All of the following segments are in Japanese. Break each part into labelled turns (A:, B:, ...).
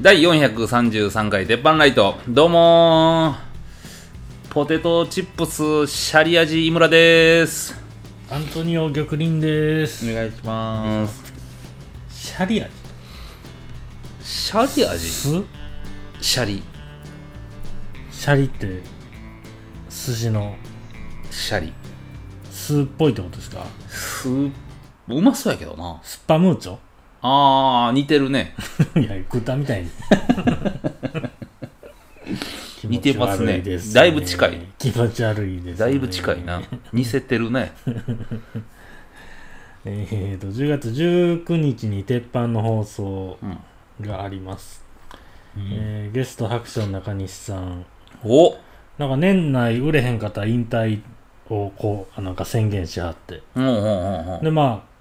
A: 第433回鉄板ライトどうもーポテトチップスシャリ味井村です
B: アントニオ玉林です。
A: 願いします
B: シャリ味
A: シャリ味
B: す
A: シャリ
B: シャリって、寿司の
A: シャリ
B: 酢っぽいってことですか
A: すうまそうやけどな
B: スパムーチョ
A: あー似てるね
B: いや、食ったみたいに。気持
A: 似
B: ち
A: てますね
B: 悪です
A: だいぶ近い。
B: 気持ち悪いです、
A: だいぶ近い。な似せてるね
B: えーと、10月19日に鉄板の放送
A: うん
B: があります。えーゲスト白書の中西さん。
A: お
B: なんか年内売れへんかったら引退をこう、あなんか宣言しはって。
A: うんうんうんうん
B: でまあ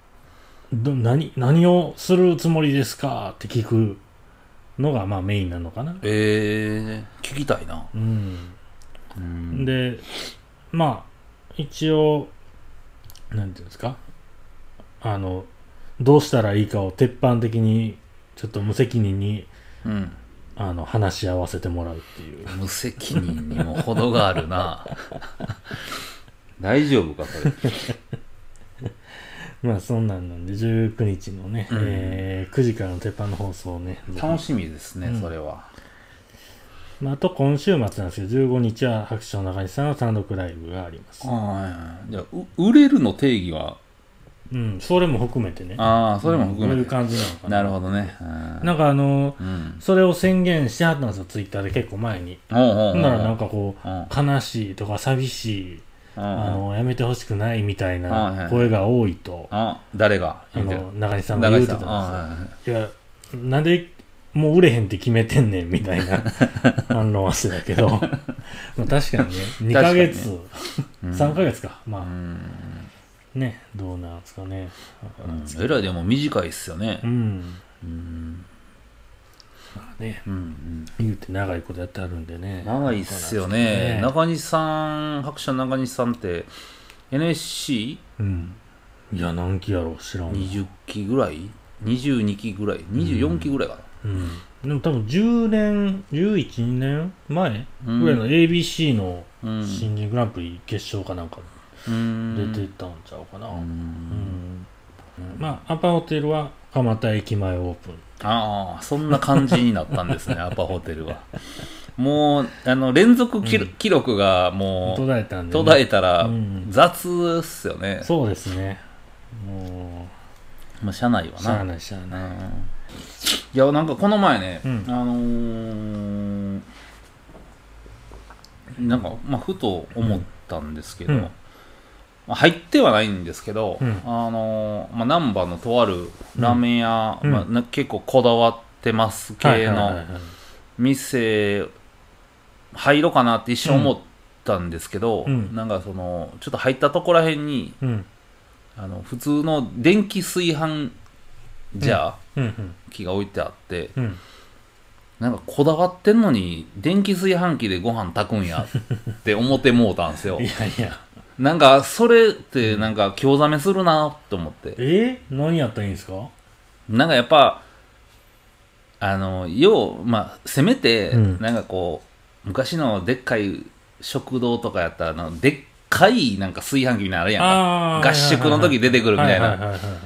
B: ど何何をするつもりですかって聞くのがまあメインなのかな、
A: えー、聞きたいな
B: うん、
A: うん
B: でまあ一応なんていうんですかあのどうしたらいいかを鉄板的にちょっと無責任に
A: うん
B: あの話し合わせてもらうっていう
A: 無責任にも程があるな 大丈夫かそれ
B: まあそんなんなんで19日のね、
A: うん
B: えー9時からの鉄板の放送をね
A: 楽しみですね、
B: うん
A: それは
B: まあ、あと今週末なんですけど15日は白鳥中西さんの単独ライブがあります
A: ああじゃあう売れるの定義は
B: うん、それも含めてね。
A: ああそれも含
B: どうい
A: め
B: う
A: て、
B: 感じなのかな。
A: なるほどねうん
B: なんかあの、
A: うん
B: それを宣言してはったんですよ、ツイッターで結構前に。
A: ほうほうほ
B: ほ
A: うん
B: ならなんかこう、
A: うんうん
B: 悲しいとか寂しい、あ
A: あ
B: の、やめてほしくないみたい
A: うんうん
B: な声が多いと、
A: 誰が
B: あ
A: 言うてる
B: の、中西さんが
A: 長
B: 言
A: 井
B: うて
A: さ
B: た
A: ん
B: ん
A: あ
B: ですよ。いや、なんで、もう売れへんって決めてんねんみたい な反論はしてたけど、まあ確かにね、2ヶ月、
A: あうん
B: 3ヶ月か、
A: う
B: ま
A: ん
B: あね、どうなんですかね。
A: うんえらいでも短いっすよね
B: うん、
A: うん
B: まあね。
A: うんうん
B: 言うて長いことやってあるんでね
A: 長いっすよね
B: ね
A: 中西さん白書の中西さんって NSC20
B: うんいや何期やろ知らんわ
A: 期ぐらい22期ぐらい24期ぐらいかな
B: うんでも多分10年112年前
A: うん
B: ぐらいの ABC の
A: うん
B: 新人グランプリ決勝かなんか
A: 出
B: 出てたんちゃうかな
A: う
B: うん、
A: ん
B: まあアパホテルは蒲田駅前オープン
A: ああそんな感じになったんです ねアパホテルはもうあの連続記,、記録がも
B: 途
A: う
B: 絶えたんで、
A: 途絶えたら
B: うん
A: 雑っすよね、
B: そうですねも
A: まあ、社内
B: う
A: は
B: しゃ
A: な
B: あないしゃあ
A: う
B: ない
A: んいやなんかこの前ね、
B: うん
A: あのーなんか、まあ、ふと思ったんですけど、
B: うん
A: まあ入ってはないんですけど、
B: うん
A: あのーまあ、難波のとあるラーメン屋、
B: うん
A: まあな、結構こだわってます
B: はい
A: 系
B: はい
A: の、
B: はいはい
A: 店入ろうかなって一瞬思ったんですけど、
B: うん
A: なんかそのちょっと入ったとこらへんに
B: うん
A: あの普通の電気炊飯ジャー
B: うんうん
A: 機が置いてあって、
B: うん
A: なんかこだわってんのに電気炊飯器でご飯炊くんやって思ってもうたんですよ
B: いやいや
A: なんかそれってなんか興ざめするなと思って
B: え何やったらいいんですか
A: なんかやっぱ、あの、よう、まあ、せめて、
B: うん
A: なんかこう、昔のでっかい食堂とかやったら、なんかでっかいなんか炊飯器みたいなのあるやんか。
B: あー
A: 合宿の時出てくるみたい
B: はは
A: な。
B: ははいはいはい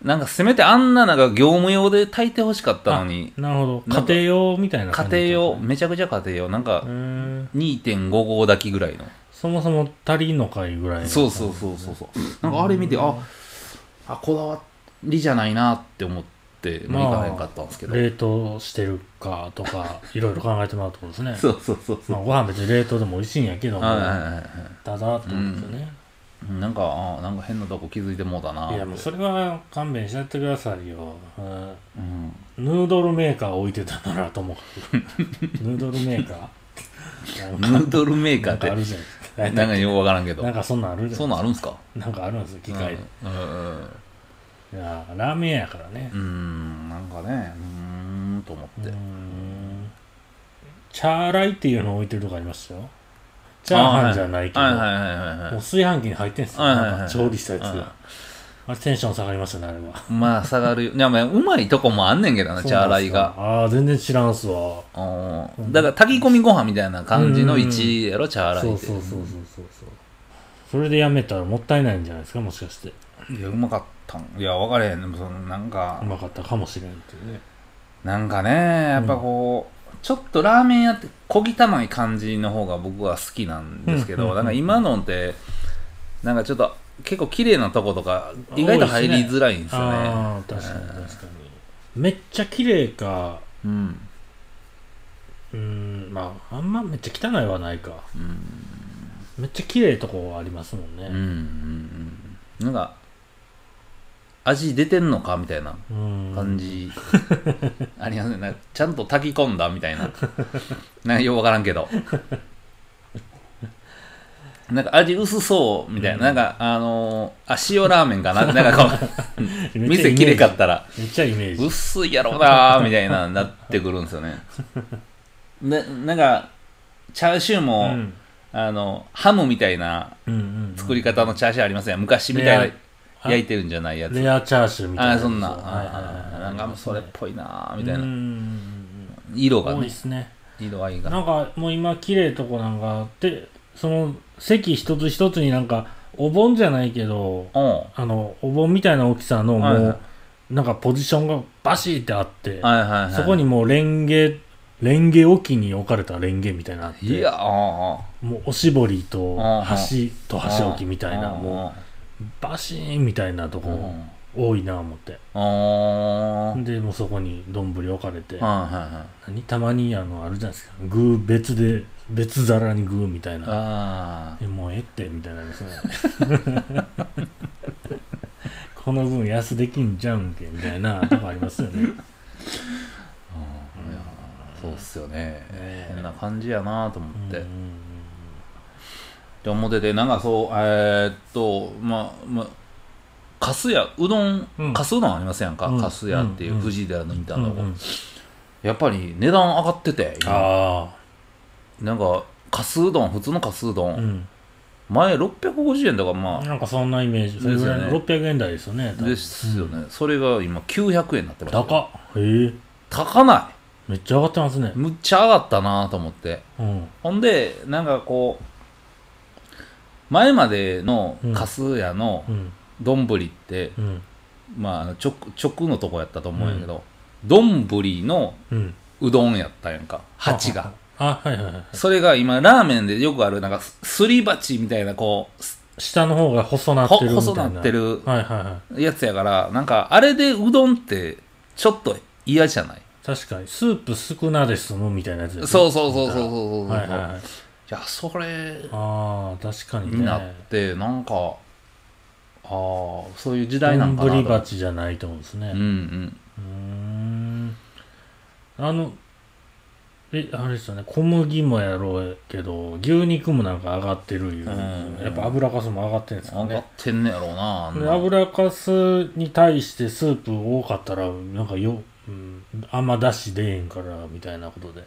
A: なんかせめてあんななんか業務用で炊いてほしかったのに、
B: なるほ
A: な
B: ど
A: んか
B: 家庭用みたい
A: 家
B: な感じ
A: 庭用、めちゃくちゃ家庭用、なん
B: う
A: か
B: ーん
A: 2.5合炊きぐらいの。
B: そもそも足りんのかいぐらいの
A: そうそうそうそうそう。なんかあれ見て、あ、あ、こだわりじゃないなって思って、まあ、いかへんかったんですけど。
B: 冷凍してるかと かいろいろ考えてもらうところですね
A: そうそうそうそう。
B: まあ、ご飯別に冷凍でも美味しいんやけども
A: はいはいはいはい。
B: ただってことですよね、
A: なんか、あーなんか変なとこ気づいてもうたな。
B: いやもうそれは勘弁しちゃってくださいよ、うん
A: うん。
B: ヌードルメーカー置いてたならともか くヌードルメーカ
A: ヌ
B: ーなんか
A: ードル メーカー
B: なん
A: っ
B: かある
A: て、
B: じゃない
A: な
B: です
A: んかよくわからんけ
B: か
A: ど
B: なん。かそんなんあるじゃないです
A: そうなん
B: か
A: あるんすか
B: なんかあるんですよ、機械で。
A: うんうん
B: いやーラーメン屋やからね
A: う。ん、なんかね、うーんと思
B: う
A: っ
B: ー
A: て。
B: ん。チャーライっていうのを置いてるとこありましたよ。チャーハンじゃないけど、
A: はいはいはいはいはい
B: もう。炊飯器に入ってんすよ。
A: はいはいはい
B: なんか調理したやつが。あれテンション下がりましたね、あれは。
A: まあ下がるよいやまあうまいとこもあんねんけどなチャーライが
B: そうなんですか。ああー、全然知らんすわ。
A: うんだから炊き込みご飯みたいな感じの位置やろチャーライ
B: そう
A: って
B: そうそうそうそうそう。それでやめたらもったいないんじゃないですか、もしかして。
A: いやうまかったんいや分かれへんでもそのなんか
B: うまかったかもしれんっていうね。
A: なんかねやっぱこう、ちょっとラーメン屋って小汚い感じの方が僕は好きなんですけど、
B: うんうんうん
A: なんか今のってなんかちょっと結構綺麗なとことか意外と入りづらいんですよね
B: ああ、確かに確かに。めっちゃ綺麗か、
A: うん、
B: うーん、まあ、あんまめっちゃ汚いはないか。
A: うん
B: めっちゃ綺麗とこはありますもん
A: うんう
B: ね。
A: んうんなんか味出てんのかみたいな
B: うん。
A: 感じ、ありますねなんかちゃんと炊き込んだみたい ななんかようわからんけどなんか味薄そうみたいな、
B: うん
A: なんかあのーあ塩ラーメン かななんかこう店きれかったら
B: めっちゃイメージ。
A: 薄いやろうなーみたいななってくるんですよねでなんかチャーシュー
B: う
A: も、
B: ん
A: あのハムみたいな
B: うんうん。
A: 作り方のチャーシューありますね昔みたい
B: レ
A: な焼いてるんじゃないやつ
B: レアチャーシューみたいな
A: あ
B: や
A: ー
B: つ。
A: そんな、
B: はいはいはい。
A: なんかもうそれっぽいなーみたいな、
B: うんうんうん
A: 色
B: う
A: が
B: ん。多いで
A: ね
B: すね。
A: 色合いが
B: なんかもう今綺麗とこなんかあって、その席一つ一つになんか、お盆じゃないけど、
A: うん
B: あの、お盆みたいな大きさのもう、
A: はいは
B: なんかポジションがバシーってあって、
A: はいはいはい
B: そこにもうレンゲ、レンゲ置きに置かれたレンゲみたいなのあって、
A: いやあ
B: もうおしぼりと
A: んうん
B: 箸と箸置きみたいな、も
A: も
B: うバシーンみたいなと
A: うん
B: こ多いな思って。
A: あー
B: で、もうそこに丼置かれて、
A: はいはいはい
B: 何たまにあの、あるじゃないですか、具別で、別皿に具みたいな。
A: あ
B: えもうええってみたいなですね この分安できんじゃうんけみたいなとこありますよね
A: ーそうっすよね
B: え
A: 変な感じやなと思って、
B: うん
A: で思っててなんかそうえー、っとまあまあかすやうどん、
B: うん
A: かすうどんありませんか、
B: うん
A: かすやっていううん藤井寺の見た
B: うんう
A: の、
B: んうんうん
A: やっぱり値段上がってて今
B: あ
A: なんかかすうどん普通のかすうど
B: あ
A: ん、
B: うん
A: 前650円とかま
B: なんかそんなイメージそれぐらい
A: です
B: の
A: よ
B: 600円台ですよね
A: あですよね、それが今900円になってますよ
B: 高っへえ
A: 高な
B: めっちゃ上がってますね
A: いむっちゃ上がったなと思って
B: うん
A: ほんでなんかこう前までの
B: うん
A: かす屋の
B: うん
A: 丼って、
B: うん
A: まああの直直のとこやったと思うんやけど丼、の
B: うん
A: うどんやったやんか鉢が
B: あはいはいはい
A: それが今ラーメンでよくあるなんかすすり鉢みたいなこうす
B: 下の方が細なっ
A: ほ
B: てるみたい
A: 細
B: な
A: なってる
B: はいはいは
A: やつやからなんかあれでうどんってちょっと嫌じゃない
B: い確かにスープ少なで済むみたいなやつですね
A: そうそうそうそうそうそうそう、
B: はいはい
A: い
B: はい
A: やそれ
B: ああ確かにね
A: になって、なんかああそういう時代なんかなと
B: 丼鉢じゃないと思うんですね
A: うんうん
B: うーんあのえあれですよね小麦もやろうけど牛肉もなんか上がってるいう、
A: ん
B: やっぱ油かすも上がってるんですか
A: 上がっ
B: ね
A: てんねやろうなあん
B: で
A: な
B: 油かすに対してスープ多かったらなんかよ、うん、あんまだし出えんからみたいなことで
A: うん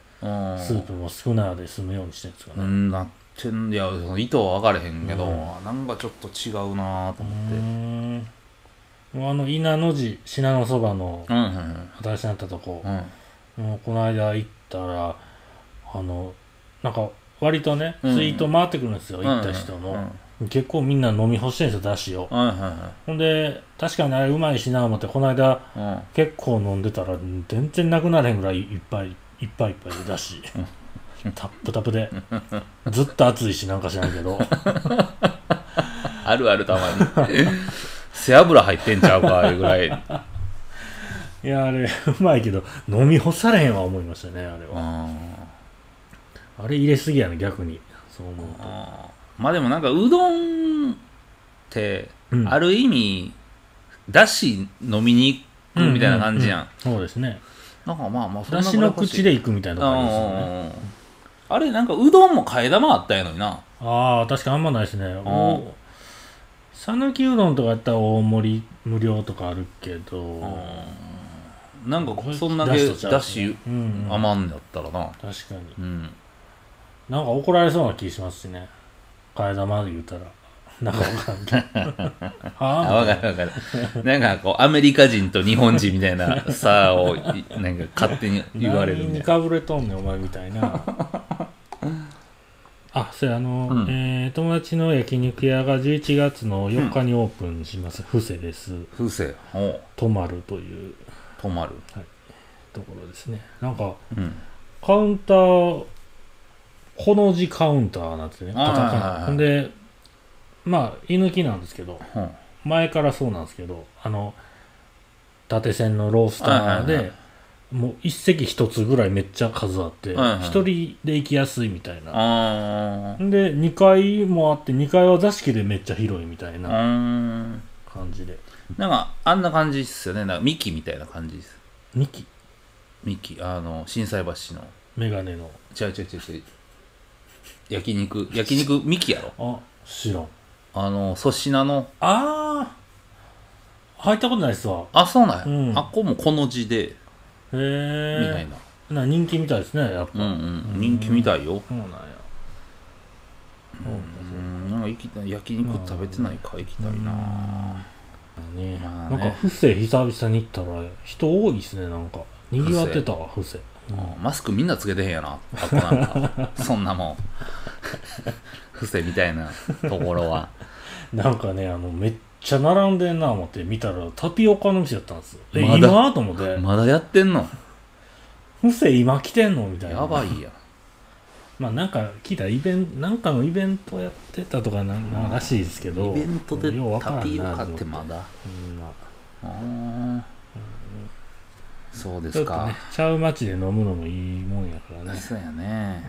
B: スープも少ないで済むようにしてるんですか
A: う
B: ね
A: んなってんいやその糸は分かれへんけど、
B: うん
A: なんかちょっと違うなと
B: うー
A: 思って
B: んあの稲の字信濃そばの
A: うんうん
B: 新しになったとこ、
A: うんうん
B: もうこの間行ったらあのなんか割とねツ
A: うん
B: イート回ってくるんですよ、行った人
A: うん
B: の、結構みんな飲み干してるんですよだしを
A: うんはいは
B: ほんで確かにあれうまいしな思ってこの間
A: いはい
B: 結構飲んでたら全然なくなれへんぐらいいっぱいいっぱいいっぱいでだしタップタップでずっと暑いしなんか知らんけ ど
A: うん あるあるたまに 背脂入ってんちゃうかいうぐらい、うん、
B: いやあれうまいけど飲み干されへんは思いましたねあれはあれ入れすぎやね逆にそう思うと
A: あーまあでもなんかうどんって、
B: うん
A: ある意味だし飲みに行くみたいな感じやん,、
B: そうですね
A: なんかまあまあそん
B: だ
A: な
B: しの口で行くみたい
A: あ
B: な
A: あ
B: 感じですよね
A: ーあれなんかうどんも替え玉あったんやのにな
B: ああ確かあんまないですね
A: ん
B: 讃岐うどんとかやったら大盛り無料とかあるけど
A: うんなんかそんだ
B: 出
A: け
B: 汁とちゃうね
A: だし
B: うんうん
A: 余んやったらな
B: 確かに
A: うん
B: なんか怒られそうな気しますしね替え玉で言うたらなんかわかんない は
A: あ、わかるわかる。なんかこう、アメリカ人と日本人みたい な差をい、なんか勝手に言われるみ
B: 何に
A: たい
B: かぶれとんねんお前みた いなあそれあの、
A: うん
B: えー友達の焼肉屋が11月の4日にオープンします、布施です
A: な。風船、おう
B: 泊まるという
A: 止まる。
B: ところですねなんか
A: うん。
B: カウンターこの字カウンターなんですね
A: あー
B: カタカナ
A: はいはいはい
B: ほんでまあ居抜きなんですけど
A: うん
B: 前からそうなんですけどあの縦線のロースター
A: はいはい
B: でもう一席一つぐらいめっちゃ数あって一、
A: はいはい
B: 人で行きやすいみたいな
A: あー
B: で2階もあって2階は座敷でめっちゃ広いみたいうな
A: ーん。
B: 感じで
A: なんか、あんな感じっすよね。なんか、ミキみたいな感じです。
B: 2期
A: ミキ、あの、心斎橋の。
B: メガネの
A: 違う違う違う違う。焼肉、焼肉ミキやろ。
B: あ知らん
A: あの、粗品の。
B: ああ入ったことないっすわ
A: あ、そうなんや。
B: うん
A: あっこもこの字で、
B: へ
A: みたい
B: え
A: な。
B: な人気みたいですねやっぱ、
A: うんうん。人気みたいよ。
B: そうなんやそう
A: う、
B: なん
A: なんか行きたい焼肉食べてないか、行きたいな、
B: んですね
A: まあ
B: な
A: ね
B: んか布施久々に行ったら人多いですねなんかにぎわってたわ布施
A: うんマスクみんなつけてへんやな、あっこ なんか。そんなもん。伏せみたいなところは。
B: なんかねあのめっちゃ並んでんな思って見たらタピオカの店だったんですよえ、
A: まだ
B: 今と思って
A: まだやってんの
B: 布施今来てんのみたいな
A: やばいやん。
B: まあなんか聞いたイベントなんかのイベントやってたとかなんなんからしいですけど
A: イベントで
B: ようわからん
A: タ
B: な
A: ピオカってまだ。
B: うんまあ
A: あーそうで
B: ちょ
A: す
B: っと
A: か
B: ね。ちゃう街で飲むのもいいもんやからね
A: そうやね。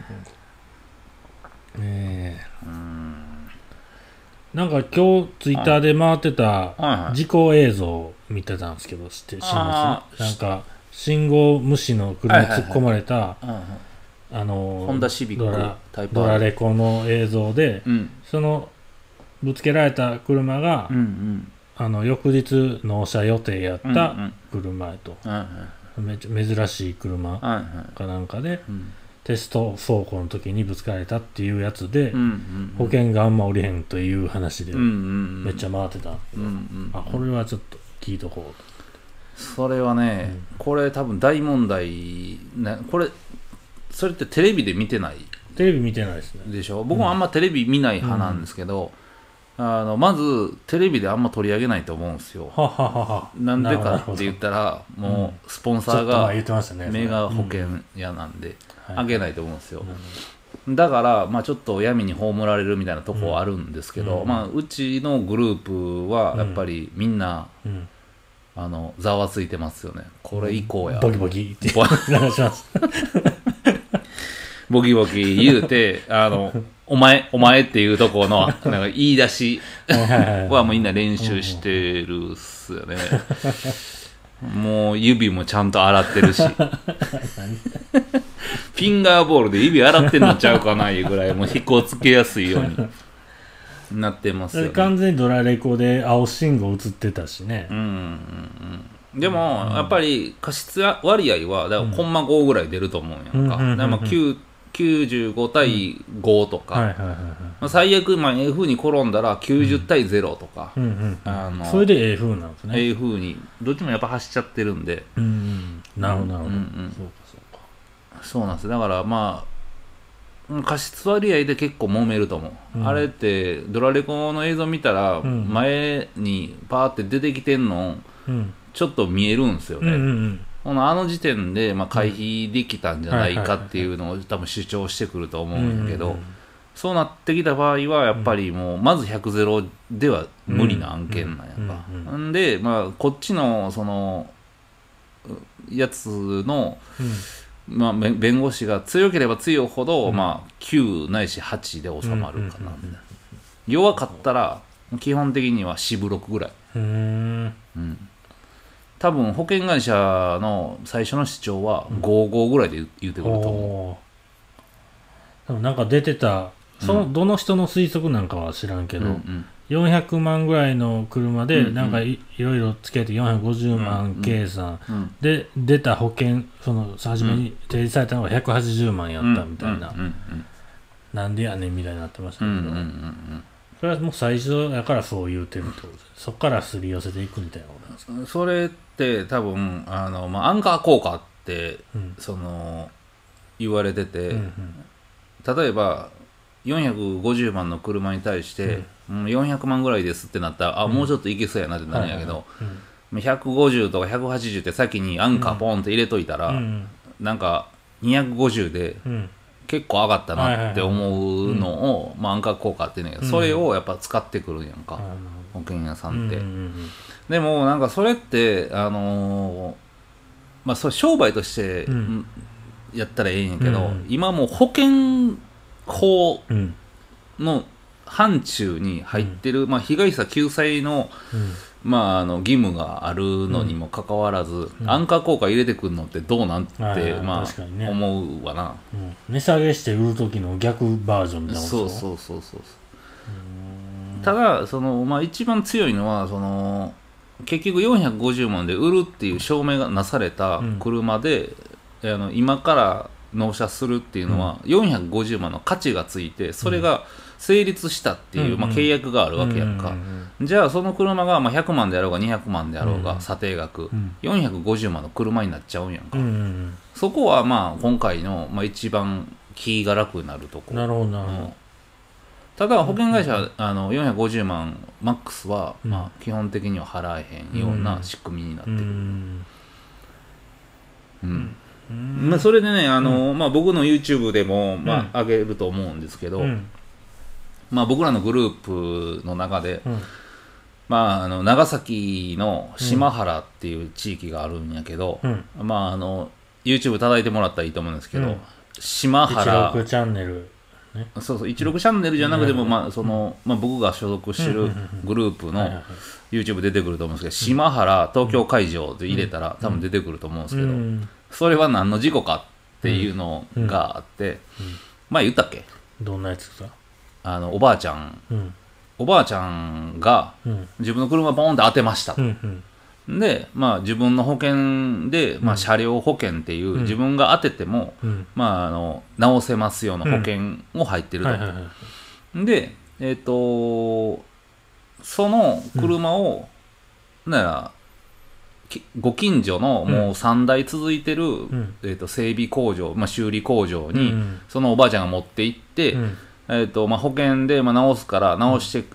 B: ね
A: うん。
B: えなんか今日ツイッターで回ってた
A: はいはい。
B: 事故映像を見てたんですけど知って知り
A: あ
B: ますなんか信号無視の車に
A: はいはい
B: 突
A: は
B: っ
A: い
B: 込まれた
A: うんうん
B: あの
A: ホンダシビ
B: ド
A: ック
B: ラ
A: タイプ
B: ドラ
A: R。
B: レコの映像で
A: うん。
B: そのぶつけられた車が
A: うんうん。
B: あの翌日納車予定やっ
A: うん
B: た車やと、
A: うん。はいはい
B: めちゃ珍しい車
A: はいはい。
B: かなんかで
A: うん。
B: テスト走行の時にぶつかられたっていうやつで、
A: うんうんうん
B: 保険があんまおりへんという話で
A: うんうんうん
B: めっちゃ回ってた、
A: うんうん
B: あこれはちょっと聞いとこ
A: それはね、これ多分大問題なこれそれってテレビで見てないう
B: テレビ見てないですね
A: でしょ僕もあんまテレビ見ない派なんですけど、あのまずテレビであんま取り上げないと思うんですよ
B: はははは
A: なんでかって言
B: う
A: ったらもうスポン
B: ち
A: サー
B: ょっとまあ
A: が
B: 言ってましたね
A: メガ保険
B: うん
A: 屋なんで
B: はい
A: あげないと思うんですよ
B: なる
A: だからまあちょっと闇に葬られるみたいなとこはあるんですけど、
B: うん
A: まあうちのグループはやっぱりみんな
B: うん
A: あのざわついてますよねこれ以降や、
B: ボキボキって
A: ボ
B: 流します
A: ボキボキ言うてあのお前お前っていうとこのなんか言い出し
B: はいはい はい
A: はもうみんな練習してるっすよねもう指もちゃんと洗ってる しフィンガーボールで指洗ってんのちゃうかないうぐらいもう引っこつけやすいようになってますよね
B: 完全にドラレコで青信号映ってたしね
A: うんうんうんでも、やっぱり過失割合はだからコンマ5ぐらい出ると思う
B: うんん
A: やん
B: うんう
A: かだ
B: んうん
A: からまあ9 95対5とか、
B: はいはいはいはい
A: まあ最悪、まあ、ええ風に転んだら90対0とか、
B: うん
A: あ
B: う
A: の
B: んそれでええ風なんですね
A: ええ風にどっちもやっぱ走っちゃってるんで
B: うんうんなるほどなるほど、
A: うんうん
B: そうかそうか
A: そうなんですだからまあうん過失割合で結構揉めると思う、
B: うん
A: あれってドラレコの映像見たら
B: うん
A: 前にパーって出てきてんの
B: うん
A: ちょっと見えるんですよ
B: うん
A: ね、
B: うん
A: ほなあの時点で、まあ、回避できたんじゃないかっていうのを多分主張してくると思
B: う
A: うん
B: ん
A: やけど、
B: うん
A: そうなってきた場合はやっぱりもうまず100ゼロでは無理な案件なんやんか、
B: うんうん
A: んで、まあ、こっちのそのうやつの、まあ、べ弁護士が強ければ強いほど、
B: うん
A: まあ、9ないし8で収まるかなみたいな、
B: うんうんうんうん
A: 弱かったら基本的には4分6ぐらい、
B: うんうん
A: うん、多分保険会社の最初の主張は55ぐらいで言う言うてくると思う、
B: おーでもなんか出てたその、
A: う
B: どの人の推測なんかは知らんけ
A: うん
B: ど、
A: うん
B: 400万ぐらいの車で
A: うんうん
B: なんかい,、ろいろつけて450万計算、
A: うん
B: で出た保険その初めに提示されたのが180万やったみたいな、
A: うんうん
B: なんでやねんみたいになってました
A: う
B: け
A: ん
B: ど、
A: うんうんうんうん
B: それはもう最初だからそう言うてるってことですそっからすり寄せていくみたいなことなんですか
A: それって多分あの、まあ、アンカー効果って
B: うん
A: その言われてて、
B: うんうん
A: 例えば450万の車に対して、うん、400万ぐらいですってなったらあもうちょっといけそうやなってなるんやけど、
B: うん
A: 150とか180って先にアンカーポンって入れといたら、
B: うん
A: なんか250で
B: うん
A: 結構上がったなって思うのを、まあ、アンカー効果って言うんやけど、
B: うん
A: それをやっぱ使ってくるやんか、
B: あの
A: 保険屋さんって。
B: うんうん
A: でもなんかそれってあのーまあそれ商売として、
B: うん
A: やったらええんやけど、
B: うん
A: 今もう保険法
B: うんうん
A: の範疇に入ってる、まあ、被害者救済の,、
B: うん
A: まああの義務があるのにもかかわらず、アンカー効果入れてくるのってどうなんって、
B: はいはい
A: ま
B: 確
A: あ
B: かにね
A: 思うわな
B: うん値下げして売る時の逆バージョンみたいなこと
A: そう
B: ですか
A: そうそうそうただその、まあ、一番強いのはその結局450万で売るっていう証明がなされた車で、あの今から納車するっていうのは、450万の価値がついてそれが成立したっていう、
B: うん
A: まあ、
B: うん
A: 契約があるわけやんか、
B: うんうん
A: じゃあその車がまあ100万であろうが200万であろうが、
B: うん
A: 査定額、
B: うん
A: 450万の車になっちゃうんやんか、
B: うんうん
A: そこはまあ今回の、まあ、一番気が楽になるとこ
B: うんなるほどなるほ
A: う
B: ど
A: んただ保険会社は、あの450万マックスは、
B: うん
A: まあ、基本的には払えへんような仕組みになってる、
B: うん
A: うん
B: うん
A: まあ、それでねあの、まあ、僕の YouTube でも、まあ、上げると思うんですけど、
B: うん
A: まあ、僕らのグループの中で、
B: うん
A: まあ、あの長崎の島原っていう地域があるんやけど、
B: うん
A: まあ、あの YouTube 叩いてもらったらいいと思うんですけど、
B: うん
A: 島
B: 一
A: 原
B: 六チャンネル
A: そうそう16チャンネルじゃなくても、まあそのまあ、僕が所属してる
B: うんうんうん
A: グループ
B: はいはいは
A: の
B: い
A: YouTube 出てくると思うんですけど、島原東京会場で入れたら、多分出てくると思うんですけど、
B: うん
A: それは何の事故かっていうのがあって、前言ったっけ
B: どんなやつですか
A: あのおばあちゃん
B: うん
A: おばあちゃんが
B: うん
A: 自分の車ボーンって当てました
B: う、んうん
A: で、まあ、自分の保険で、まあ、車両保険っていう、自分が当てても、
B: うん
A: まあ、あの直せますような保険も入ってると。
B: はいはいはい
A: で、えっ、とその車を、なら、きご近所のもう3台続いてる、
B: ん
A: えっと整備工場、まあ、修理工場
B: う
A: に、
B: ん
A: そのおばあちゃんが持って行って、
B: うん
A: えっとまあ、保険で、まあ、直すから直して、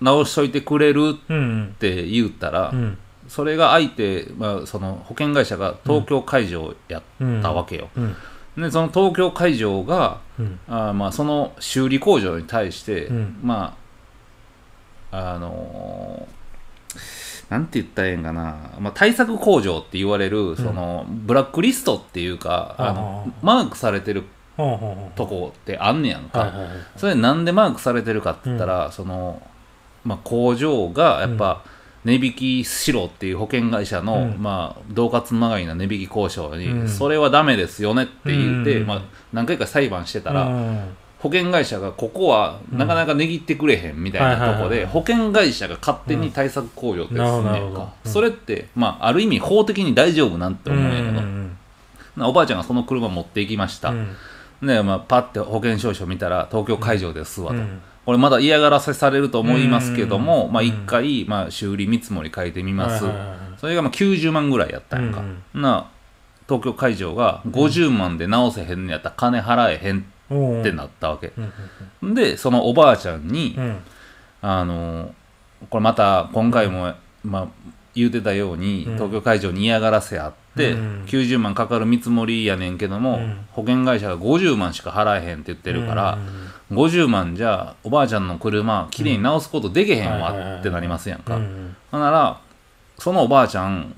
A: 直しといてくれるっ
B: うん
A: て言ったら、
B: うん
A: それが相手、まあ、その保険会社が東京会場やったわけよ。
B: うん
A: でその東京会場が
B: うん
A: あーまあその修理工場に対して、
B: うん
A: まああのーなんて言ったらええんかな、まあ、対策工場って言われるその、ブラックリストっていうかあの
B: あー
A: マークされてる
B: ほうほうほ
A: とこってあんねやん
B: う
A: か、
B: はいはいはい
A: それなんでマークされてるかって言ったら、その、まあ、工場がやっぱ、値引きしろっていう保険会社の、
B: うん
A: まあ、恫喝まがいな値引き交渉に、
B: うん
A: それはダメですよねって言って、
B: うん
A: まあ、何回か裁判してたら、
B: うん
A: 保険会社がここはなかなか値切ってくれへんみたいなとこ
B: はいはいはい
A: で保険会社が勝手に対策控除ってすんね
B: うんな
A: や
B: るほ
A: ん
B: どなるほ
A: か
B: ど
A: それって、まあ、ある意味法的に大丈夫なんて思うんやけ
B: うん
A: ど
B: うん
A: なおばあちゃんがその車持っていきました、
B: うん
A: ねまあ、パッて保険証書見たら東京会場ですわと、
B: うん
A: これまだ嫌がらせされると思いますけども、
B: うん
A: まあ、1回、まあ、修理見積もり変えてみます、
B: はいはいはいはい
A: それがまあ90万ぐらいやったんやんか、
B: うん
A: な東京会場が50万で直せへんのやったら金払えへん
B: おう
A: ってなったわけ、
B: うん
A: でそのおばあちゃんに、
B: うんうん
A: あのこれまた今回も、まあ、言うてたように、
B: うん
A: 東京会場に嫌がらせあって、
B: うん
A: 90万かかる見積もりやねんけども、
B: うん
A: 保険会社が50万しか払えへんって言ってるから、50万じゃおばあちゃんの車きれいに直すことできへん
B: うんはいはいは
A: わ
B: い
A: ってなりますやんか、
B: う
A: ほ
B: ん
A: ん
B: うん
A: ならそのおばあちゃん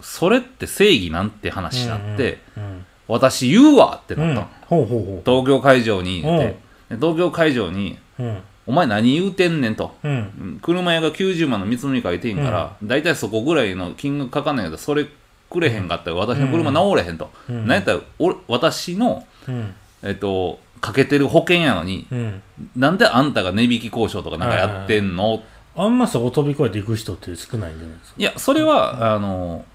A: それって正義なんて話になって、
B: うん
A: 私言うわって
B: うん
A: なったの、
B: ほうほうほ
A: 東京会場に言って、で東京会場に
B: ううん
A: 「お前何言うてんねん」と。
B: うん
A: うん車屋が90万の見積もり書いてんから、大体そこぐらいの金額かかんないけどそれくれへんかったら私の車直れへんと、
B: うん
A: なんやったら俺私の、
B: うん
A: えっとかけてる保険やのに
B: うん
A: なんであんたが値引き交渉とかなんかやってんの、い
B: あんまそこ飛び越えていく人って少ないんじゃないですか
A: やそれは、あの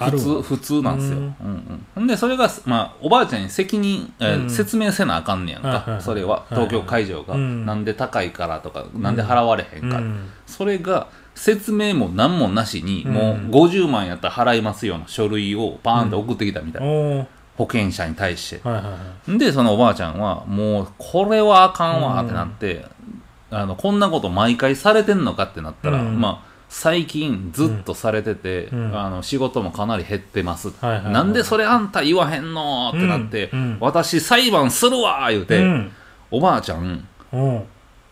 B: ある
A: 普通
B: わ
A: 普通なんですよ、う
B: う
A: んんうんほんでそれが、まあ、おばあちゃんに責任、えー
B: うん
A: 説明せなあかんねやんか、
B: はいはいはい
A: それは東京会場が、
B: はいはいうん
A: なんで高いからとかなんで払われへんか、
B: うん
A: それが説明も何もなしに、
B: うん
A: もう50万やったら払いますような書類をバーンと送ってきたみたいな、
B: おー
A: 保険者に対して
B: はいはいは
A: でそのおばあちゃんはもうこれはあかんわってなって、あのこんなこと毎回されてんのかってなったら、
B: うん
A: まあ最近ずっとされてて、
B: うん
A: あの仕事もかなり減ってます、
B: はいはいはい
A: なんでそれあんた言わへんのってなって、
B: うんうん
A: 私裁判するわ言う
B: い
A: て、
B: うん
A: おばあちゃん
B: うん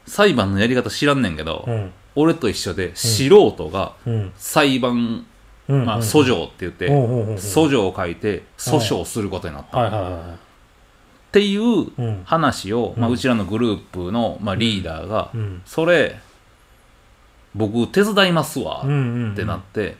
A: 裁判のやり方知らんねんけど、
B: うん
A: 俺と一緒で素人が
B: うん
A: 裁判、
B: うん
A: まあ、訴状って言って、
B: うんうんうんうん
A: 訴状を書いて訴訟することになった、
B: はいはいは
A: っていう
B: いうん
A: 話を、まあ、
B: うん
A: うちらのグループの、まあ、リーダーが、
B: うん
A: それ僕手伝いますわ
B: うんうん
A: ってなって、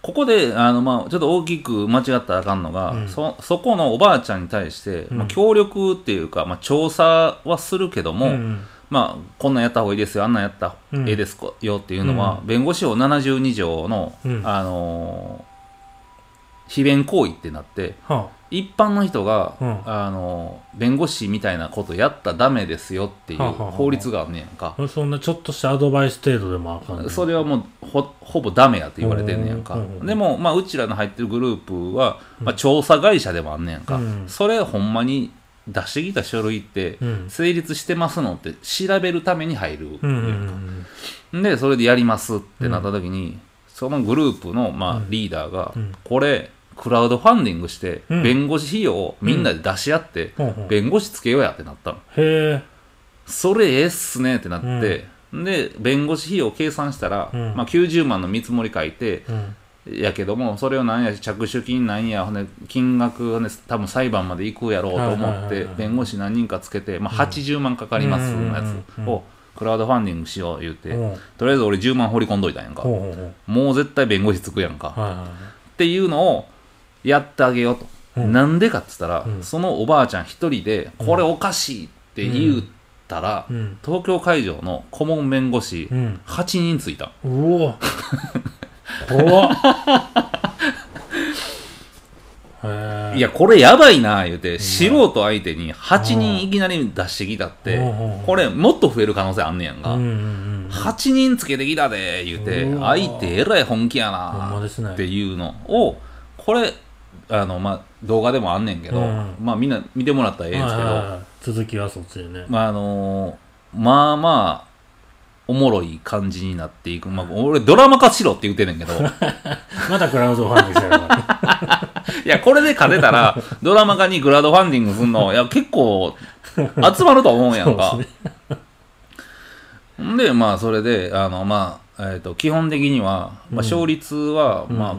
A: ここであの、まあ、ちょっと大きく間違ったらあかんのが、
B: うん
A: そそこのおばあちゃんに対して、
B: うん
A: まあ、協力っていうか、まあ、調査はするけども、
B: うん
A: まあ、こんなんやった方がいいですよあんなんやった方
B: うん
A: がいいですよっていうのは、弁護士法72条の、
B: うん
A: あのー非弁行為ってなって、
B: は
A: 一般の人が、
B: うん
A: あの弁護士みたいなことやったらダメですよっていう
B: はあはあはあ
A: 法律があんねやんか、
B: あそんなちょっとしたアドバイス程度でもあかんね
A: それはもうほほぼダメやって言われてんねやんか、
B: うんうん
A: でも、まあ、うちらの入ってるグループは、まあ、調査会社でもあんねやんか、
B: うん
A: それほんまに出してきた書類って
B: うん
A: 成立してますのって調べるために入る、
B: うんうん
A: でそれでやりますってなった時に、そのグループの、まあ、リーダーが、
B: うん
A: これクラウドファンディングして、
B: うん
A: 弁護士費用をみんなで出し合って、
B: うんうんへ
A: 弁護士つけようやってなったの
B: え
A: それええっすねってなって、で弁護士費用計算したら、
B: うん
A: まあ、90万の見積もり書いて
B: うん
A: やけどもそれをなんや着手金なんやほんで金額、ね、多分裁判まで行くやろうと思
B: はいは
A: っ
B: いはい
A: て
B: はい
A: 弁護士何人かつけて、まあ、80万かかります
B: うん
A: のや
B: うんうん
A: つ
B: うん
A: をクラウドファンディングしよう言うて、
B: うん
A: とりあえず俺10万放り込んどいたんやんか、
B: ほうほうほう
A: もう絶対弁護士つくやんか、
B: はいはいは
A: っ
B: い
A: ていうのをやってあげようと、
B: うん
A: なんでかっつったら、
B: うん
A: そのおばあちゃん一人で「これおかしい」って言ったら、
B: うん
A: 東京会場の顧問弁護士
B: うん
A: 8人ついた
B: う お怖っへえ
A: いやこれやばいな言うて素人相手に8人いきなり出してきたって
B: うんうん
A: これもっと増える可能性あんねやん
B: うん
A: が
B: うんうん
A: 8人つけてきたで言うて
B: うわ
A: 相手えらい本気や
B: ほんま
A: な
B: ですね
A: っていうのをこれあのまあ動画でもあんねんけど
B: うん
A: まあみんな見てもらったらええんですけ
B: はい
A: ど
B: はいはい続きはそっちでね
A: まああのーまあまあ、おもろい感じになっていく。まあ、俺ドラマ化しろって言ってんねん けど、い
B: まだクラウドファンディングしてるから
A: や、これで勝てたら、ドラマ化にクラウドファンディングすんの、いや、結構、集まると思うやんか
B: そう。
A: んで、まあ、それで、あの、まあ、えっ、と、基本的には、まあ、勝率は、
B: ん
A: まあ、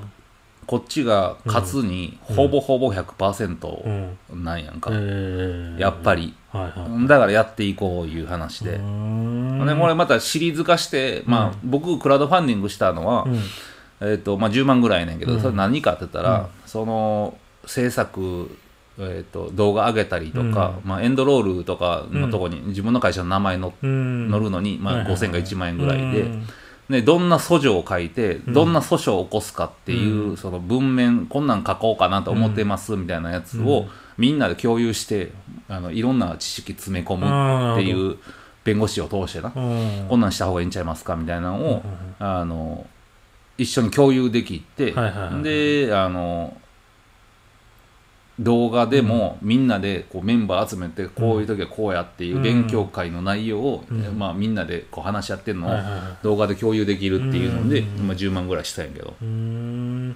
A: こっちが勝つに、ほぼほぼ
B: う
A: 100%
B: ん
A: なんやんか。
B: ええ
A: やっぱり。
B: はいはい
A: だからやっていこういう話で。
B: うーん
A: ね、これまたシリーズ化して、まあ僕クラウドファンディングしたのは、
B: うん
A: えっとまあ、10万ぐらいやねんけど、それ何かって言ったら、その制作、えっと動画上げたりとか、まあ、エンドロールとかのとこに自分の会社の名前の、
B: うん
A: 載るのに、
B: はい
A: まあ、
B: はいはい
A: 5000か1万円ぐらいで,、
B: うん
A: でどんな訴状を書いてどんな訴訟を起こすかっていう、その文面こんなん書こうかなと思ってますみたいなやつを、みんなで共有してあのいろんな知識詰め込むっていう弁護士を通してな。
B: うん
A: こんなんした方がいいんちゃいますかみたいなのを、あの一緒に共有できて、
B: はいはいはい
A: であの動画でもみんなでこうメンバー集めてこういう時はこうやっていう勉強会の内容を、
B: うん
A: まあ、みんなでこう話し合ってるのを
B: はいはいはい
A: 動画で共有できるっていうので、
B: うん
A: 今10万ぐらいしたんやけど
B: うーん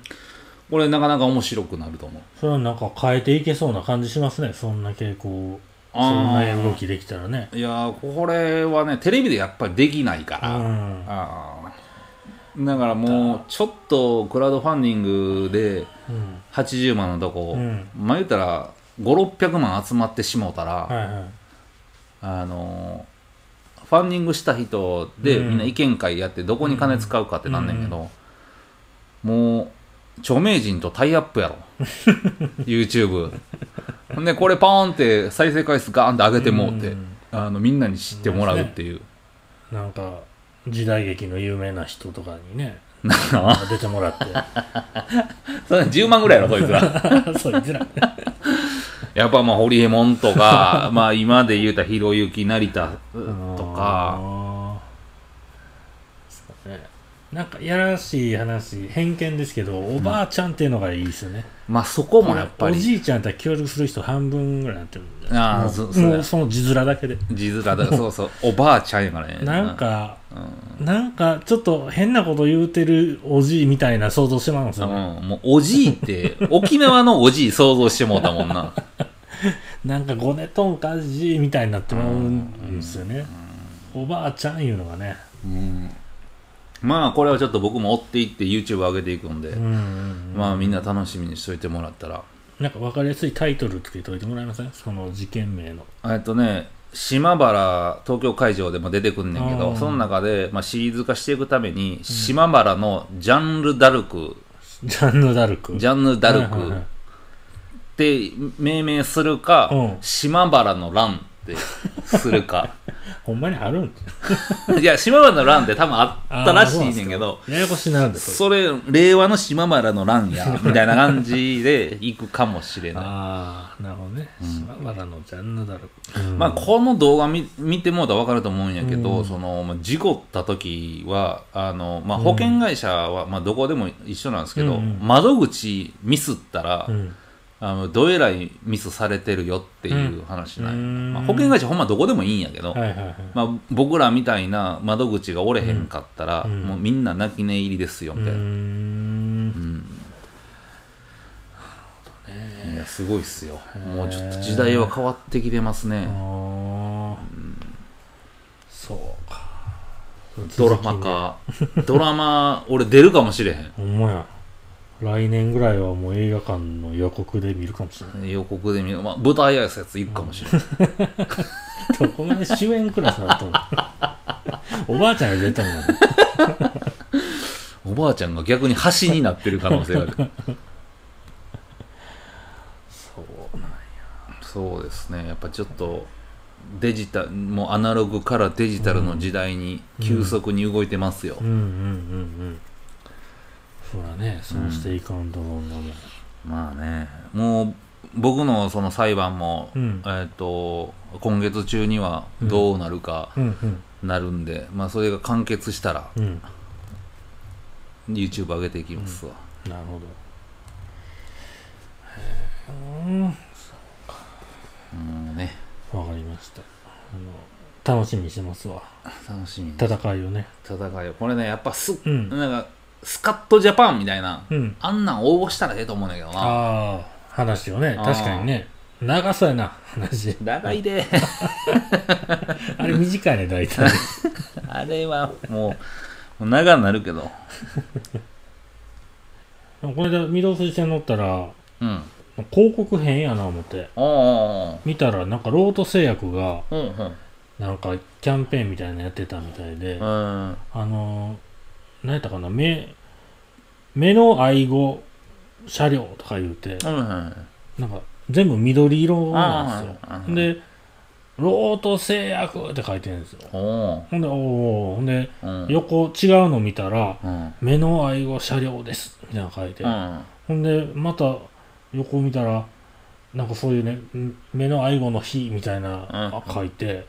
A: これなかなか面白くなると思う。
B: それはなんか変えていけそうな感じしますねそんな傾向そん
A: あ
B: な
A: ー
B: 動きできたらね
A: いやーこれはねテレビでやっぱりできないから。
B: うん
A: ああだからもうちょっとクラウドファンディングで
B: うん
A: 80万のとこ、
B: うん
A: まあ言ったら5600万集まってしもうたら、
B: はいはい
A: あのファンディングした人で
B: うん
A: みんな意見会やってどこに金使うかってなんねんけど、もう著名人とタイアップ やろ YouTube ほんでこれパーンって再生回数ガーンって上げてもうて、
B: うん
A: あのみんなに知ってもらうっていう、
B: なんか時代劇の有名な人とかにね出てもらって
A: それ10万ぐらいやろこいつら
B: そういつら
A: やっぱまあホリエモンと かまあ今で言うたらひろゆき成田とか
B: あーそうねなんかやらしい話偏見ですけどおばあちゃんっていうのがいいですよね、
A: まあそこもやっぱ
B: お
A: り
B: じいちゃんだったら協力する人半分ぐらいになってるんで
A: あー
B: もう
A: そ
B: も
A: う
B: う
A: そ
B: そう
A: や
B: の字面だけで
A: 字面だそうそう おばあちゃんやからね
B: なんか、
A: う
B: なんかちょっと変なこと言うてるおじいみたいな想像してまうんです
A: う
B: よ、
A: ん
B: ね
A: もうおじいって沖縄のおじい想像してもうたもんな
B: なんかごねとんかじいみたいになってまうんですよね、おばあちゃんいうのがね
A: うんまあこれはちょっと僕も追っていって YouTube 上げていくんで、
B: うんうんうん
A: まあみんな楽しみにしといてもらったら
B: なんか分かりやすいタイトルつけておいてもらえませんその事件名の
A: えっとね島原東京会場でも出てくんねんけ
B: う
A: ど
B: ん
A: その中で、まあ、シリーズ化していくために、島原のジャンル・ダルク
B: ジャンヌ・ダルク
A: ジャンヌ・ダル
B: はいはい
A: ク
B: は
A: っ
B: い
A: て命名するか、
B: うん
A: 島原の乱ってするか
B: ほんまにあるん
A: いや島原の乱って多分あったらしいねんけど
B: あーそうなんですかややこしになるんです
A: それ令和の島原の乱やみたいな感じでいくかもしれない
B: ああなるほどね、島原のジャンヌ・ダルク、うん
A: まあ、この動画見見てもうたら分かると思うんやけど、そのまあ事故った時はあの、まあ、保険会社は、まあ、どこでも一緒なんですけど、
B: うんうん
A: 窓口ミスったら、
B: うん
A: あのどえらいミスされてるよっていう話なんや、
B: うん
A: まあ、保険会社ほんまどこでもいいんやけど、
B: はいはいはい
A: まあ、僕らみたいな窓口が折れへんかったら、
B: うん
A: もうみんな泣き寝入りですよ
B: う
A: み
B: ー
A: たいな、
B: ん
A: いやすごいっすよもうちょっと時代は変わってきてますね、
B: あーそうか
A: ドラマかドラマ俺出るかもしれへん
B: ほんまや来年ぐらいはもう映画館の予告で見るかもしれない
A: 予告で見る、まあ、舞台挨拶行くかもし れない、
B: ど こまで主演クラスだと思う おばあちゃんが出たもんね
A: おばあちゃんが逆に橋になってる可能性がある
B: そうなん
A: そうですねやっぱちょっとデジタルもうアナログからデジタルの時代に急速に動いてますよ、
B: うんうんうんうんそらねそうしていかんと思うもんね
A: まあねもう僕のその裁判も、
B: うん
A: えっ、と今月中にはどうなるか
B: うんうん
A: なるんで、まあそれが完結したら
B: うん
A: YouTube 上げていきますわ、
B: なるほどへ
A: うんね
B: えわかりましたあの楽しみにしてますわ
A: 楽しみに
B: 戦いをね
A: 戦いをこれねやっぱすっ
B: うん
A: なんか、スカットジャパンみたいな、
B: うん
A: あんなん応募したらええと思うねんだけどな。
B: ああ話をね
A: あー
B: 確かにね長そうやな話
A: 長いで、
B: あれ短いね大 体
A: あれはもう、もう長になるけど。
B: でもこれで御堂筋線乗ったら
A: うん。
B: 広告編やな思って
A: おー
B: 見たらなんかロート製薬が
A: おーおーうんうん。
B: なんかキャンペーンみたいなのやってたみたいで、
A: うん。
B: あのー、何やったかな目目の愛護車両とか言うて
A: うん
B: なんか全部緑色なんで
A: あーはい
B: すよで「ロート製薬」って書いてるんですよ
A: うん。お
B: ほんでおーおーほんで
A: ーうん。
B: 横違うの見たら
A: うん。うん
B: 「目の愛護車両です」みたいなの書いて、
A: うん。
B: ほんでまた横見たらなんかそういうねん目の愛護の日みたいなあ書いて、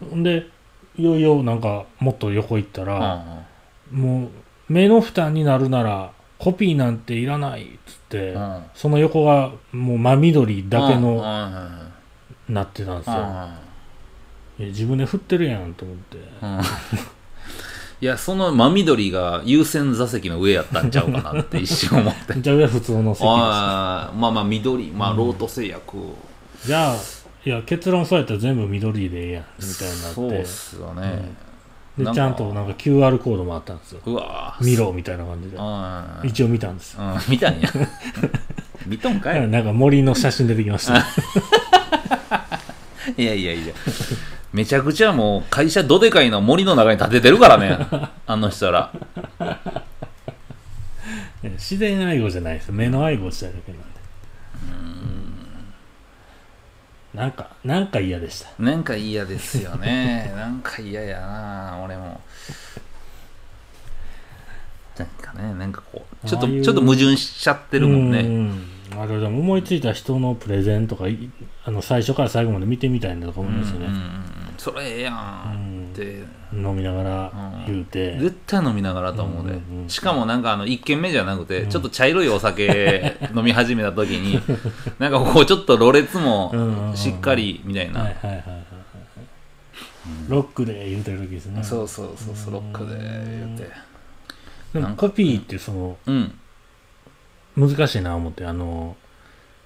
B: ほんでいよいよなんかもっと横行った
A: う
B: ら、
A: ん
B: もう目の負担になるならコピーなんていらないっつって、
A: うん
B: その横がもう真緑だけ
A: うん
B: の
A: うん
B: なってたんです
A: う
B: よ、
A: ん
B: いや自分で振ってるやんと思って
A: うん。いや、その真緑が優先座席の上やったんちゃうかなって一瞬思って。
B: じゃあ普通の席で
A: ああ、まあまあ緑、まあロート製薬。
B: すじゃあいや結論そうやったら全部緑でええやんみたいにな
A: そうっ
B: っ
A: てすよね。な
B: で
A: んか
B: ちゃんとなんか QR コードもあったんですよ
A: うわー
B: 見ろみたいな感じで
A: うん
B: 一応見たんですよ
A: うん、見たんや。 見とんかい
B: なんか森の写真出てきました
A: いやいやいや。めちゃくちゃもう会社どでかいの森の中に建ててるからね。あの人ら。
B: ね自然愛護じゃないですよ目の愛護したいだけなんでなんかなんか嫌でした
A: なんか嫌ですよ ね。なんか嫌やな俺も。ったんかねなんかこうちょっ
B: ああい
A: と
B: う
A: ちょっと矛盾しちゃってるもんね
B: うんあれでも思いついた人のプレゼンとかいあの最初から最後まで見てみたいんだとか
A: うん
B: 思いますよ
A: うんう
B: ね、
A: んそれええやんって
B: うん飲みながら言うて、
A: 絶対飲みながらと思うで、
B: うんうんうん
A: しかもなんかあの1軒目じゃなくて、
B: うん
A: ちょっと茶色いお酒飲み始めた時になんかこうちょっとろれつも
B: うん
A: しっかりみたいな、
B: はいはいはいはいはいロックで言うてる時ですね
A: そうそうそうそうロックで言って
B: でもコピーってその
A: うん
B: 難しいな思ってあの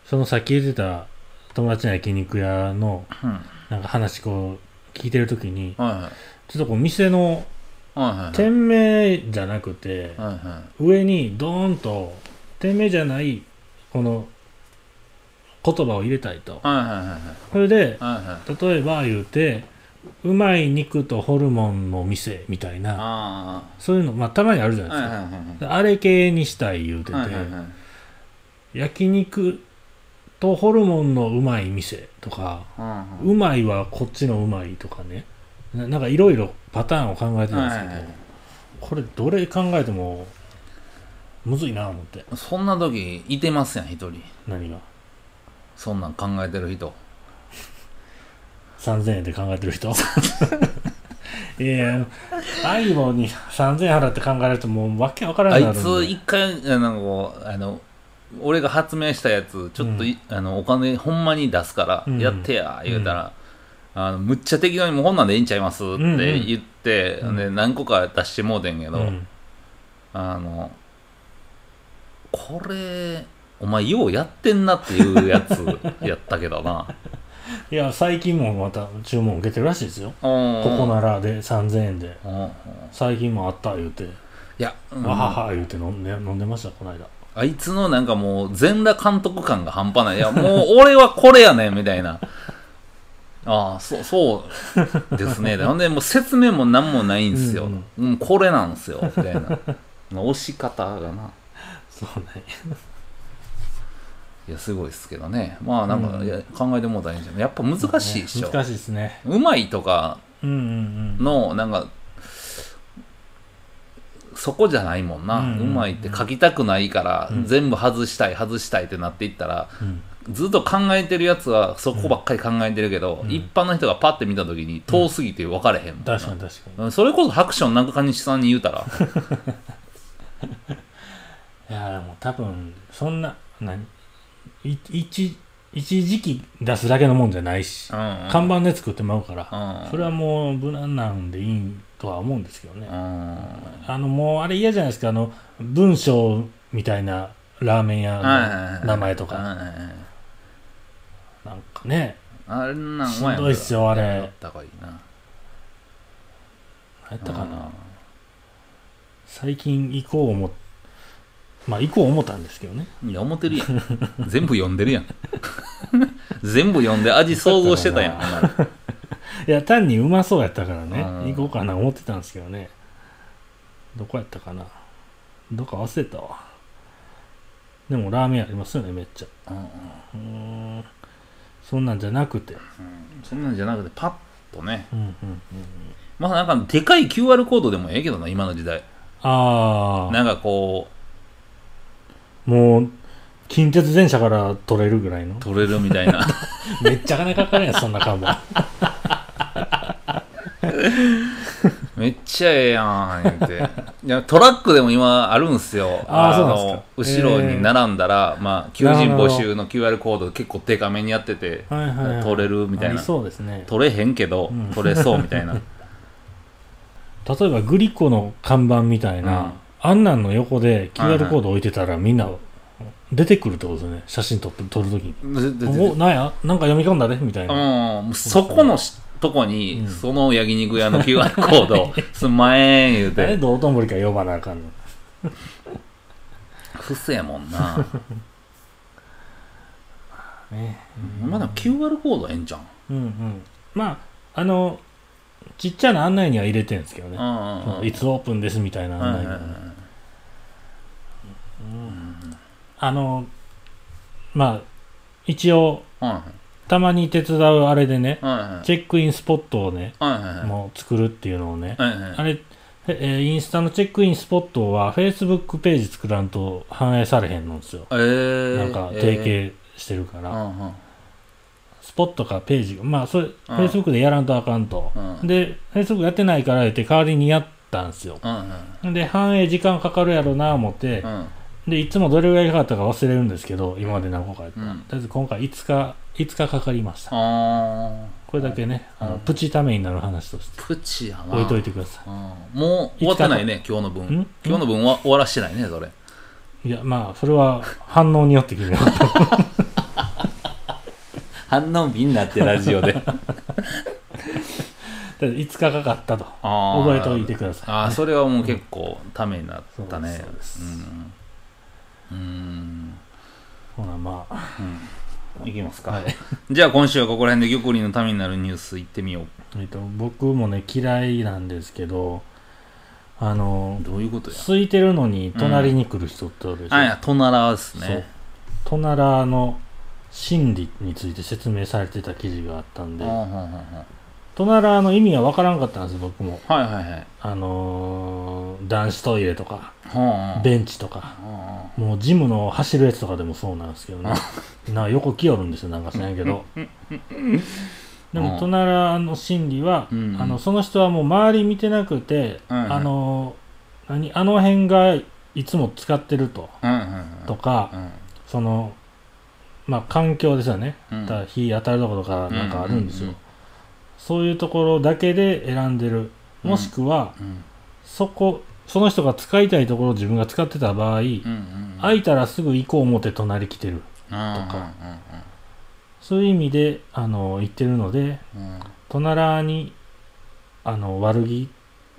B: そのさっき言ってた友達の焼肉屋の
A: うん
B: なんか話こう聞いてる時に
A: はいはい
B: ちょっとこう店の
A: はいはいはい
B: 店名じゃなくて、
A: はいは
B: 上にドーンと店名じゃないこの言葉を入れたいと
A: いはいはいはい
B: それで
A: はいはい
B: 例えば言うてうまい肉とホルモンの店みたいな
A: あ
B: そういうのまあたまにあるじゃ
A: あ
B: ない
A: はい
B: です
A: はい、
B: か
A: はい
B: であれ系にしたい言うてて、
A: はいはいはい
B: 焼肉とホルモンのうまい店とか、
A: うん
B: うまいはこっちのうまいとかねななんかいろいろパターンを考えてたんですけど、
A: はいはいはい
B: これどれ考えてもむずいな思って
A: うんそんな時いてますやん一人
B: 何が
A: そんなん考えてる人
B: 3000円で考えて る人いや相棒に3000円払って考えるともうわけわから
A: あ
B: んよ
A: いう
B: にな
A: つ
B: るんで
A: 一回あのこうあの俺が発明したやつちょっとい、あのお金ほんまに出すか
B: う
A: ら
B: ん
A: やってや言うたら、あのむっちゃ適当に「もうこんなんでいいんちゃいます」って
B: んうん
A: 言って、
B: うん
A: で何個か出してもうてんけど、
B: うん
A: あのこれお前ようやってんなっていうやつやったけど な
B: いや最近もまた注文受けてるらしいですよ、
A: こ
B: ここならで3000円で最近もあった言うて、
A: いや、うん
B: わはは言うて飲んで飲んでましたこの間
A: あいつのなんかもう全裸監督感が半端ない。いや、もう俺はこれやねん、みたいな。ああ、そう、そうです ね。ほんで、もう説明も何もないんですよ。
B: う
A: うんん、これなんですよ、みたいな。押し方がな。
B: そうね
A: いや、すごいですけどね。まあ、なんか、
B: うん
A: いや考えてもうたらいいんじゃないやっぱ難しいでしょ。
B: 難しいですね
A: うまいとか
B: うんうん
A: の、なんか、そこじゃないもんな。
B: うんうんう
A: うんまいって書きたくないから、
B: うん
A: 全部外したい、外したいってなっていったら、
B: うん
A: ずっと考えてるやつはそこばっかり考えてるけど、
B: うん
A: 一般の人がパッて見た時に遠すぎて分かれへんもんな、
B: 確かに確かに
A: うんそれこそ白書の中西さんに言うたら
B: いやでも多分そんな何い一一時期出すだけのもんじゃないし、
A: うん、うん、
B: 看板で作ってまうから、
A: うん
B: それはもう無難なんでいいとは思うんですけどね、
A: うん
B: あのもうあれ嫌じゃないですかあの文章みたいなラーメン
A: はいはい
B: 屋
A: はい
B: の名前とか、
A: はいはいはい
B: なんかね
A: あれなん
B: しんどいっすよあれ
A: やった方がいいな
B: 何やったかな、最近行こう思っまあ行こう思ったんですけどね
A: うんいや思ってるやん全部読んでるやん 全部読んで味想像してたやん
B: そういや単にうまそうやったからね
A: うん
B: 行こうかな思ってたんですけどねどこやったかなどっか忘れたわでもラーメンありますよねめっちゃ
A: うんうん
B: うーんそんなんじゃなくて
A: そんなんじゃなくてパッとね
B: うんうんうん
A: まあなんかでかい QR コードでもええけどな今の時代
B: ああ
A: なんかこう
B: もう近鉄電車から取れるぐらいの
A: 取れるみたいな
B: めっちゃ金かかるやんそんな看板
A: めっちゃええやん言って いやトラックでも今あるんすよ
B: あー
A: の
B: そうなんですか
A: 後ろに並んだら、まあ求人
B: なるほ
A: 募
B: ど
A: 集の QR コード結構デカめにやってて
B: はいはい、はい、
A: 取れるみたい
B: あり
A: な
B: そうですね
A: 取れへんけど、
B: うん
A: 取れそうみたい な
B: 例えばグリコの看板みたいな、
A: うん
B: あんなんの横で
A: はいは
B: QR
A: い
B: コード置いてたらみんな出てくるってことですね写真撮って撮るときに
A: ででで
B: おなんやなんか読み込んだねみたいな
A: うんそこのしとこに、
B: うん
A: その焼肉屋の QR コー ドすんまえん言う
B: あれ
A: て
B: 道頓堀から呼ばなあかんの
A: クセやもんな
B: ね
A: まだ QR コードええ んじゃん
B: うんうんまああのちっちゃな案内には入れてるんですけど
A: う
B: ね、
A: んうんうん
B: いつオープンですみたいな
A: うんうんうん
B: 案内にはね、あのまあ一応
A: うんうん
B: たまに手伝うあれでね
A: うんうん
B: チェックインスポットをね、
A: はいはいはい
B: もう作るっていうのをね、
A: はいはい
B: あれええーインスタのチェックインスポットは、Facebook ページ作らんと反映されへんのんですよ。
A: えー、
B: なんか、提携してるから。
A: うんうん
B: スポットかページが、まあ、それ、
A: ん
B: Facebook でやらんとあかんと。
A: うん
B: で、Facebook やってないから言って、代わりにやったんですよ。
A: うん
B: で、反映時間かかるやろな、思って
A: う、ん
B: で、いつもどれぐらいかかったか忘れるんですけど、今まで何個かやったら。
A: うん
B: とりあえず今回5日、5日かかりました。
A: あ
B: これだけね、あ
A: うん
B: のプチためになる話として
A: ープチやな
B: 置いといてくださ
A: うんもう終わってないね今日の分
B: ん
A: 今日の分は終わらしてないねそれ
B: い。いや、まあ、それは反応によって決めよう。
A: 反応みんなってラジオで
B: だって5日かかったと。
A: あー
B: 覚えておいてください。
A: ああそれはもう結構ためになったね
B: そうですそ
A: う
B: う
A: んうん
B: ほな、まあ。
A: いきますか、
B: はい
A: じゃあ今週はここら辺で玉林のためになるニュースいってみよう
B: えっと、僕もね、嫌いなんですけど、あの、
A: どういうことや
B: 空いてるのに隣に来る人っておるでしょ、
A: あいやトナラです
B: そう
A: ね
B: トナラの心理について説明されてた記事があったん
A: う
B: で
A: んうんうんうんはい
B: トナラの意味は分からんかったんです僕も
A: はいはい
B: あのー男子トイレとか
A: はあ
B: ベンチとか
A: は
B: もうジムの走るやつとかでもそうなんですけどねな横来よるんですよなんか知らんけどで
A: う
B: も
A: ん
B: トナラの心理は、
A: うん
B: あのその人はもう周り見てなくて、
A: うんうん
B: あのー何あの辺がいつも使ってると
A: あうんうん
B: とか、そのまあ環境ですよね、
A: うんうん
B: だから日当たるところからなんかあるんですよ、
A: うんうんうんうん
B: そういうところだけで選んでる
A: うん
B: もしくは
A: うん
B: そこその人が使いたいところを自分が使ってた場合、
A: うんうん
B: 空いたらすぐ行こう思って隣来てる
A: と
B: かそういう意味であの言ってるので隣にあの悪気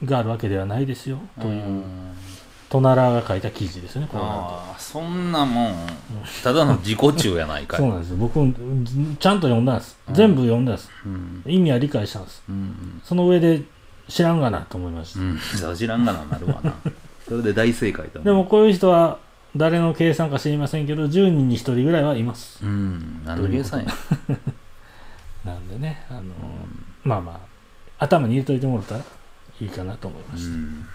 B: があるわけではないですよという隣が書いた記事ですねこれは
A: ああそんなもんただの自己中やないかい
B: そうなんですよ僕もうんちゃんと読んだんです、
A: うん
B: 全部読んだんです
A: うん
B: 意味は理解したんです
A: うん
B: その上で知らんがなと思いまし
A: う
B: た、
A: んうん知らんがななるわなそれで大正解だ
B: でもこういう人は誰の計算か知りませんけど10人に1人ぐらいはいます
A: うん何の計算や
B: なんでねあのー、まあまあ頭に入れといてもらったらいいかなと思いま
A: う
B: した、
A: ん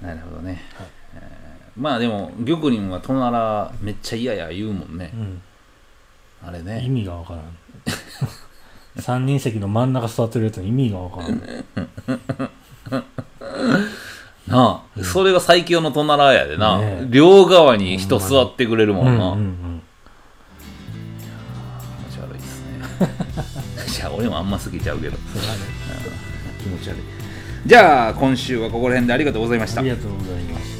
A: なるほどね
B: はい
A: えーまあでも玉林はとならめっちゃ嫌や言うもんね
B: うん
A: あれ
B: 意
A: ね
B: 味がわからん3人席の真ん中座ってるやつの意味がわからん
A: なあそれが最強のとならやでな
B: ねえ
A: 両側に人座ってくれるもんな
B: うんうん
A: 気持ち悪いですね じゃあ俺もあんま好きちゃうけど
B: それはね気持ち悪い
A: じゃあ今週はここら辺でありがとうございました
B: ありがとうございました